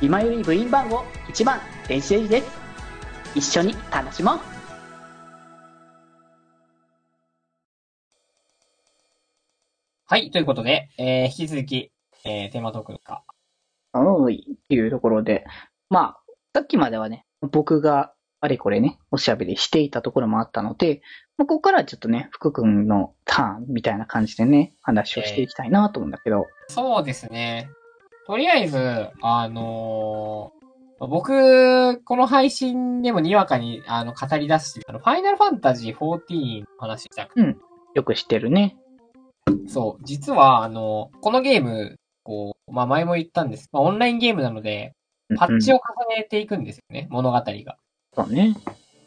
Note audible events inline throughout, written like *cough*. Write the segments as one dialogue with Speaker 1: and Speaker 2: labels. Speaker 1: 今より部員番号1番電子レンジです一緒に楽しもう
Speaker 2: はい、ということで、えー、引き続き、えー、テーマトークか。
Speaker 1: おーいっていうところで、まあ、さっきまではね、僕があれこれね、おしゃべりしていたところもあったので、まあ、ここからはちょっとね、福君のターンみたいな感じでね、話をしていきたいなと思うんだけど、
Speaker 2: そうですね。とりあえず、あのー僕、この配信でもにわかにあの語り出して、あの、ファイナルファンタジー14の話したく
Speaker 1: よく知ってるね。
Speaker 2: そう、実は、あの、このゲーム、こう、まあ前も言ったんですまあオンラインゲームなので、パッチ
Speaker 1: を。
Speaker 2: を重ねていくんですよね、物語が。
Speaker 1: そうね。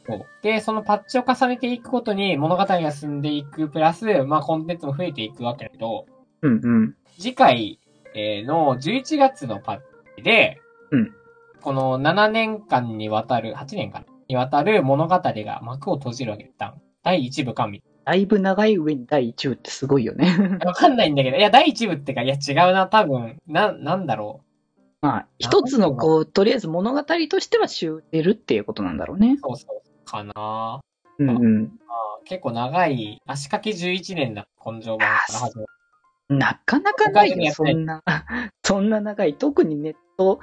Speaker 2: そう。で、そのパッチを重ねていくことに物語が進んでいく、プラス、まあコンテンツも増えていくわけだけど、
Speaker 1: うんうん。
Speaker 2: 次回えーの11月のパッチで、
Speaker 1: うん
Speaker 2: この7年間にわたる、8年かなにわたる物語が幕を閉じるわけだ。第1部完備。
Speaker 1: だいぶ長い上に第1部ってすごいよ
Speaker 2: *laughs*
Speaker 1: ね。
Speaker 2: わかんないんだけど、いや、第1部ってか、いや、違うな、多分、な、なんだろ
Speaker 1: まあ、一つのこう、とりあえず物語としては終えてるっていうことなんだろうね
Speaker 2: う。。そうそう、かな
Speaker 1: うんうん。
Speaker 2: 結構長い、足掛け11年だ、根性版から始まる。
Speaker 1: なかなかない
Speaker 2: 他にや
Speaker 1: よ、
Speaker 2: っ
Speaker 1: そ
Speaker 2: ぱり
Speaker 1: んな。 *laughs* そんな長い。特にネット、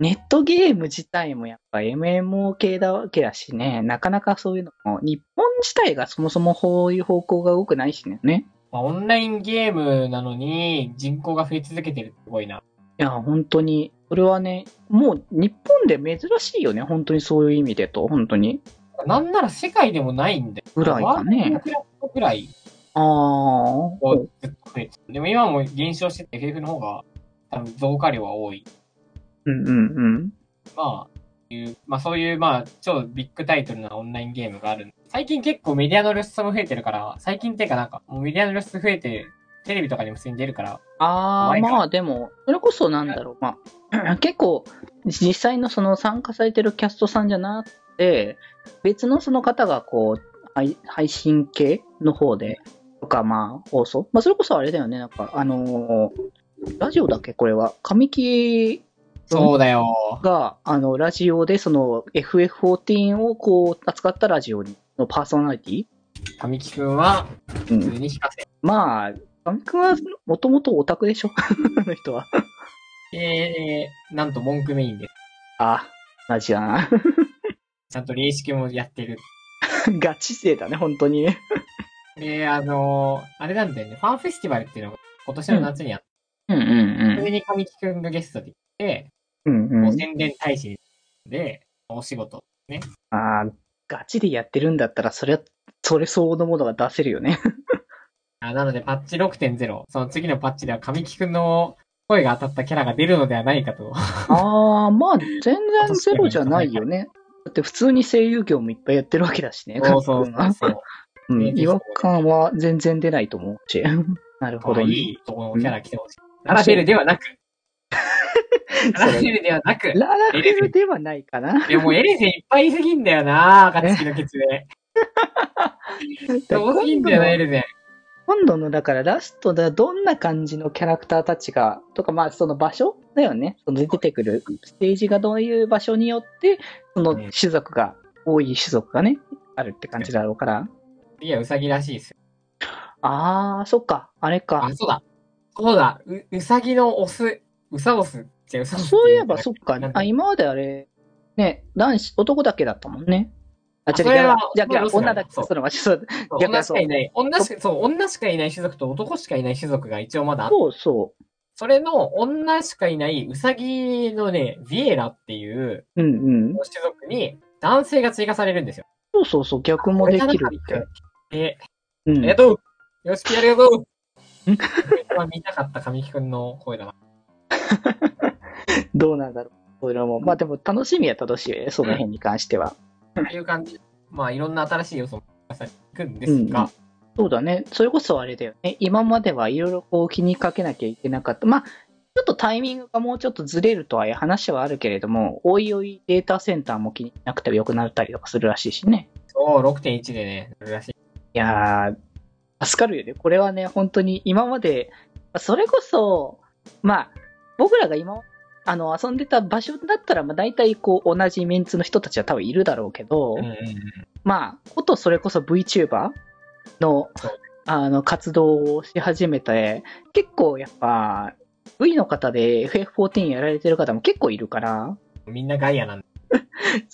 Speaker 1: ネットゲーム自体もやっぱ MMO 系だわけだしね、なかなかそういうのも、日本自体がそもそもこういう方向が多くないしね。
Speaker 2: まあ、オンラインゲームなのに、人口が増え続けてるってすごいな。
Speaker 1: いや、本当に、それはね、もう日本で珍しいよね、本当にそういう意味でと、本当に。
Speaker 2: なんなら世界でもないんだよ。
Speaker 1: ぐらいかね
Speaker 2: ワールドクラフトぐらい
Speaker 1: ああ、
Speaker 2: こうずっと増えてたでも今も減少してて、FF の方が多分増加量は多い。
Speaker 1: うんうんうん。
Speaker 2: まあ、いう、まあそういう、まあ、超ビッグタイトルなオンラインゲームがある。最近結構メディアの露出も増えてるから、最近っていうかなんか、もうメディアの露出増えて、テレビとかにも普通に出るから、
Speaker 1: ああ、
Speaker 2: 前から
Speaker 1: まあでも、それこそなんだろう、まあ、 *clears throat* 結構、実際のその参加されてるキャストさんじゃなくて、別のその方がこう、配配信系の方で、とかまあ、放送。まあ、それこそあれだよね、なんか、あのーラジオだっけこれは。神木
Speaker 2: そうだよ。
Speaker 1: が、あの、ラジオで、その、FF14 をこう、扱ったラジオのパーソナリティ
Speaker 2: 神木くんは、
Speaker 1: う
Speaker 2: 普
Speaker 1: ん。
Speaker 2: 通に引かせ。
Speaker 1: まあ、神木君は、もともとオタクでしょ *laughs* あの人は。
Speaker 2: えー、なんと文句メインです。
Speaker 1: あ、同じだな。
Speaker 2: ちゃんと霊式もやってる。
Speaker 1: *laughs* ガチ勢だね、本当に。
Speaker 2: で、あのーあれなんだよね、ファンフェスティバルっていうのが今年の夏にあって、
Speaker 1: うんう
Speaker 2: そ
Speaker 1: ん
Speaker 2: れに神木くんがゲストで来て、
Speaker 1: うん。うん
Speaker 2: も
Speaker 1: う。
Speaker 2: うん宣伝大使で、お仕事。
Speaker 1: あーガチでやってるんだったら、それは、それ相応のものが出せるよね。
Speaker 2: あなので、パッチ6.0、その次のパッチでは神木くんの声が当たったキャラが出るのではないかと。
Speaker 1: *laughs* ああ、まあ、全然ゼロじゃないよね。 *laughs* だって普通に声優業もいっぱいやってるわけだしね。
Speaker 2: そうそうそ
Speaker 1: *laughs*
Speaker 2: うそう。
Speaker 1: う
Speaker 2: ね
Speaker 1: ん、違和感は全然出ないと思うし。なるほど、
Speaker 2: 可愛
Speaker 1: ね。 *laughs*
Speaker 2: いとこのキャラ来てほしい。ララフェルではなく、ララフェルではなく、
Speaker 1: ララフェルではないか *laughs* な。
Speaker 2: いやもうエレゼンいっぱいいすぎんだよな赤月のケツで。多すぎんだよな、エレゼン。
Speaker 1: 今度のだからラストでどんな感じのキャラクターたちが、とかまあその場所だよね。その出てくるステージがどういう場所によって、その
Speaker 2: うん
Speaker 1: 種族が、多い種族がね、あるって感じだろうから。
Speaker 2: いや、ウサギらしいっすよ。
Speaker 1: あー、そっか、あれか
Speaker 2: あ、。そうだ。そうだ。う、うさぎのオス。うさオス。じゃうさオスって
Speaker 1: そういえ
Speaker 2: うの
Speaker 1: ば
Speaker 2: かな
Speaker 1: そっか
Speaker 2: なん。だ
Speaker 1: あ、今まであれ、ね、男子、男だけだったもんね。あ、
Speaker 2: あ
Speaker 1: 違う
Speaker 2: それ
Speaker 1: 違う
Speaker 2: は。
Speaker 1: じゃあ、違う
Speaker 2: そ
Speaker 1: 女
Speaker 2: れは
Speaker 1: だけ、
Speaker 2: そう
Speaker 1: その場所、そう
Speaker 2: そう
Speaker 1: 逆
Speaker 2: 女
Speaker 1: だ
Speaker 2: し
Speaker 1: そう
Speaker 2: かいない、女しか、そう、女しかいない種族と男しかいない種族が一応まだあって
Speaker 1: そうそ
Speaker 2: それの女しかいないウサギのね、ビエラっていう
Speaker 1: う。うんうん。
Speaker 2: 種族に男性が追加されるんですよ。
Speaker 1: そうそうそう、逆もできるって。
Speaker 2: え、
Speaker 1: う
Speaker 2: あ
Speaker 1: ん
Speaker 2: りが。とうよし、ありがとう
Speaker 1: うん
Speaker 2: これは見たかった神木くんの声だな。
Speaker 1: どうなんだろう。そういうのも。まあでも楽しみは楽しみね、その辺に関しては。
Speaker 2: っていう感じ。まあ、いろんな新しい要素も出されていくんですが、
Speaker 1: そうだね。それこそあれだよね。今まではいろいろこう気にかけなきゃいけなかった。まあ、ちょっとタイミングがもうちょっとずれるとはいう話はあるけれども、おいおいデータセンターも気にしなくてもよくなったりとかするらしいしね。
Speaker 2: そう、6.1でね、なるらしい。
Speaker 1: いやー、助かるよね。これはね、本当に今まで、それこそ、まあ、僕らが今まであの、遊んでた場所だったら、まあ、大体こう、同じメンツの人たちは多分いるだろうけど、
Speaker 2: うんうん
Speaker 1: まあ、ことそれこそ VTuber の
Speaker 2: そう、
Speaker 1: あの、活動をし始めて、結構やっぱ、V の方で FF14 やられてる方も結構いるから、
Speaker 2: うん。みんなガイアなんだ。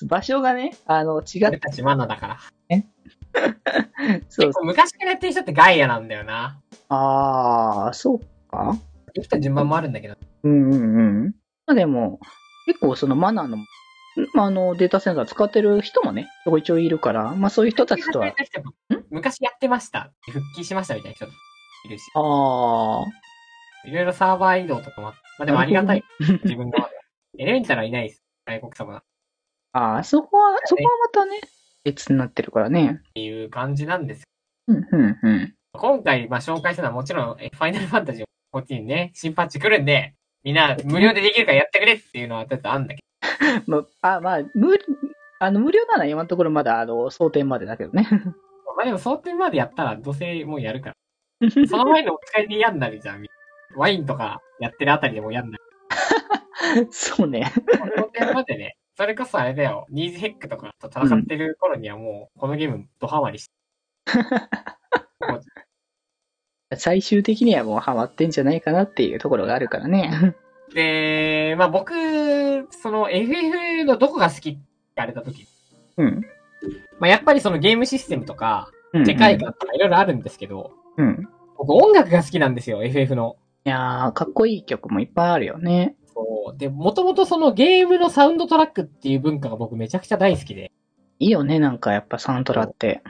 Speaker 1: 場所がね、あの、違
Speaker 2: 俺
Speaker 1: った
Speaker 2: ちマナだから。
Speaker 1: そう
Speaker 2: 結構昔からやってる人ってガイアなんだよな。
Speaker 1: ああ、そうか。
Speaker 2: 生きた順番もあるんだけど。
Speaker 1: うんうんうん。まあでも、結構そのマナーの、んあの、データセンター使ってる人もね、ちょいちょいいるから、まあそういう人たちと
Speaker 2: *laughs*
Speaker 1: は、
Speaker 2: 昔やってました。復帰しましたみたいな人いるし。
Speaker 1: ああ、
Speaker 2: いろいろサーバー移動とかもあって。まあでもありがたい。自分が。エレメンタルはいないです。外国様っ
Speaker 1: ああ、そこは、そこはまたね、別になってるからね。
Speaker 2: ていう感じなんですよ。
Speaker 1: うんうんうん。
Speaker 2: 今回、まあ、紹介したのはもちろん、えファイナルファンタジー14ね、新パッチ来るんで、みんな無料でできるからやってくれっていうのはちょっとあんだけ
Speaker 1: まあ、あまあ、無、あの、無料なら今のところまだ、あの、争点までだけどね。
Speaker 2: *laughs* ど。まあでも、想定までやったら、どうせもうやるから。その前のお使いで嫌になるじゃん、みんなワインとかやってるあたりでも嫌になる。
Speaker 1: そうね。
Speaker 2: 想定までね、それこそあれだよ、ニーズヘックとかと戦ってる頃にはもう、このゲーム、ドハマりして。もう
Speaker 1: 最終的にはもうハマってんじゃないかなっていうところがあるからね。
Speaker 2: で、まあ僕、その FF のどこが好きって聞かれた時、
Speaker 1: うん。
Speaker 2: まあやっぱりそのゲームシステムとか、世界観とかいろいろあるんですけど、
Speaker 1: うん。うん。
Speaker 2: 僕音楽が好きなんですよ、FF の。
Speaker 1: いやー、かっこいい曲もいっぱいあるよね。
Speaker 2: そうで、もともとそのゲームのサウンドトラックっていう文化が僕めちゃくちゃ大好きで、
Speaker 1: いいよね、なんかやっぱサントラって。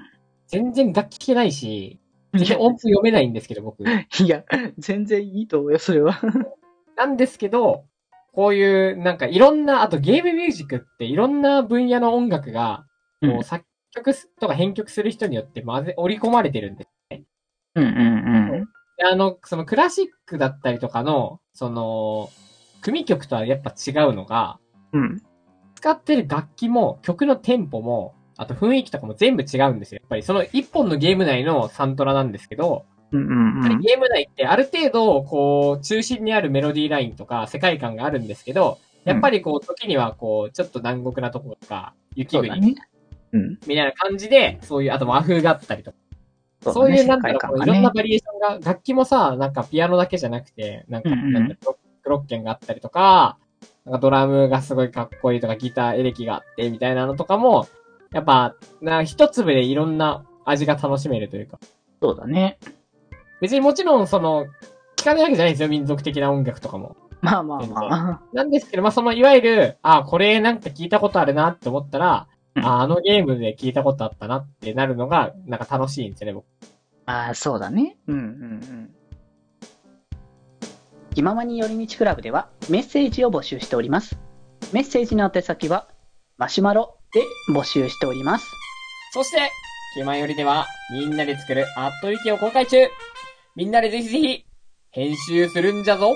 Speaker 2: 全然楽器聴けないし、全
Speaker 1: いや
Speaker 2: 然、音符読めないんですけど、僕。
Speaker 1: いや、全然いいと思うよ、それは。
Speaker 2: なんですけど、こういう、なんかいろんな、あとゲームミュージックっていろんな分野の音楽が、
Speaker 1: うん
Speaker 2: こう作曲すとか編曲する人によって混ぜ、織り込まれてるんです。
Speaker 1: うんうん
Speaker 2: であの、そのクラシックだったりとかの、その、組曲とはやっぱ違うのが、
Speaker 1: うん。うん。
Speaker 2: 使ってる楽器も曲のテンポも、あと雰囲気とかも全部違うんですよ。やっぱりその一本のゲーム内のサントラなんですけど、
Speaker 1: うんうんうん。
Speaker 2: ゲーム内ってある程度、こう、中心にあるメロディーラインとか世界観があるんですけど、やっぱりこう、時にはこう、ちょっと南国なとことか、雪
Speaker 1: そう
Speaker 2: 国
Speaker 1: だね。うん。
Speaker 2: みたいな感じで、そういう、あと和風があったりとか、そういうなんだろう、こういろんなバリエーションが、楽器もさ、なんかピアノだけじゃなくて、なんか、
Speaker 1: うんうん
Speaker 2: なんだろう、クロッケンがあったりとか、なんかドラムがすごいかっこいいとか、ギター、エレキがあって、みたいなのとかも、やっぱ、な一粒でいろんな味が楽しめるというか。
Speaker 1: そうだね。
Speaker 2: 別にもちろん、その、聞かないわけじゃないんですよ、民族的な音楽とかも。
Speaker 1: まあまあま
Speaker 2: なんですけど、まあ、その、いわゆる、あこれなんか聞いたことあるなって思ったら、
Speaker 1: うん
Speaker 2: ああのゲームで聞いたことあったなってなるのが、なんか楽しいんですよね、僕。
Speaker 1: あ。ああ、そうだね。うんうんうん。気ままに寄り道クラブではメッセージを募集しております。メッセージの宛先は、マシュマロで募集しております。
Speaker 2: そして、気まよりでは、みんなで作るアットウィキを公開中みんなでぜひぜひ、編集するんじゃぞ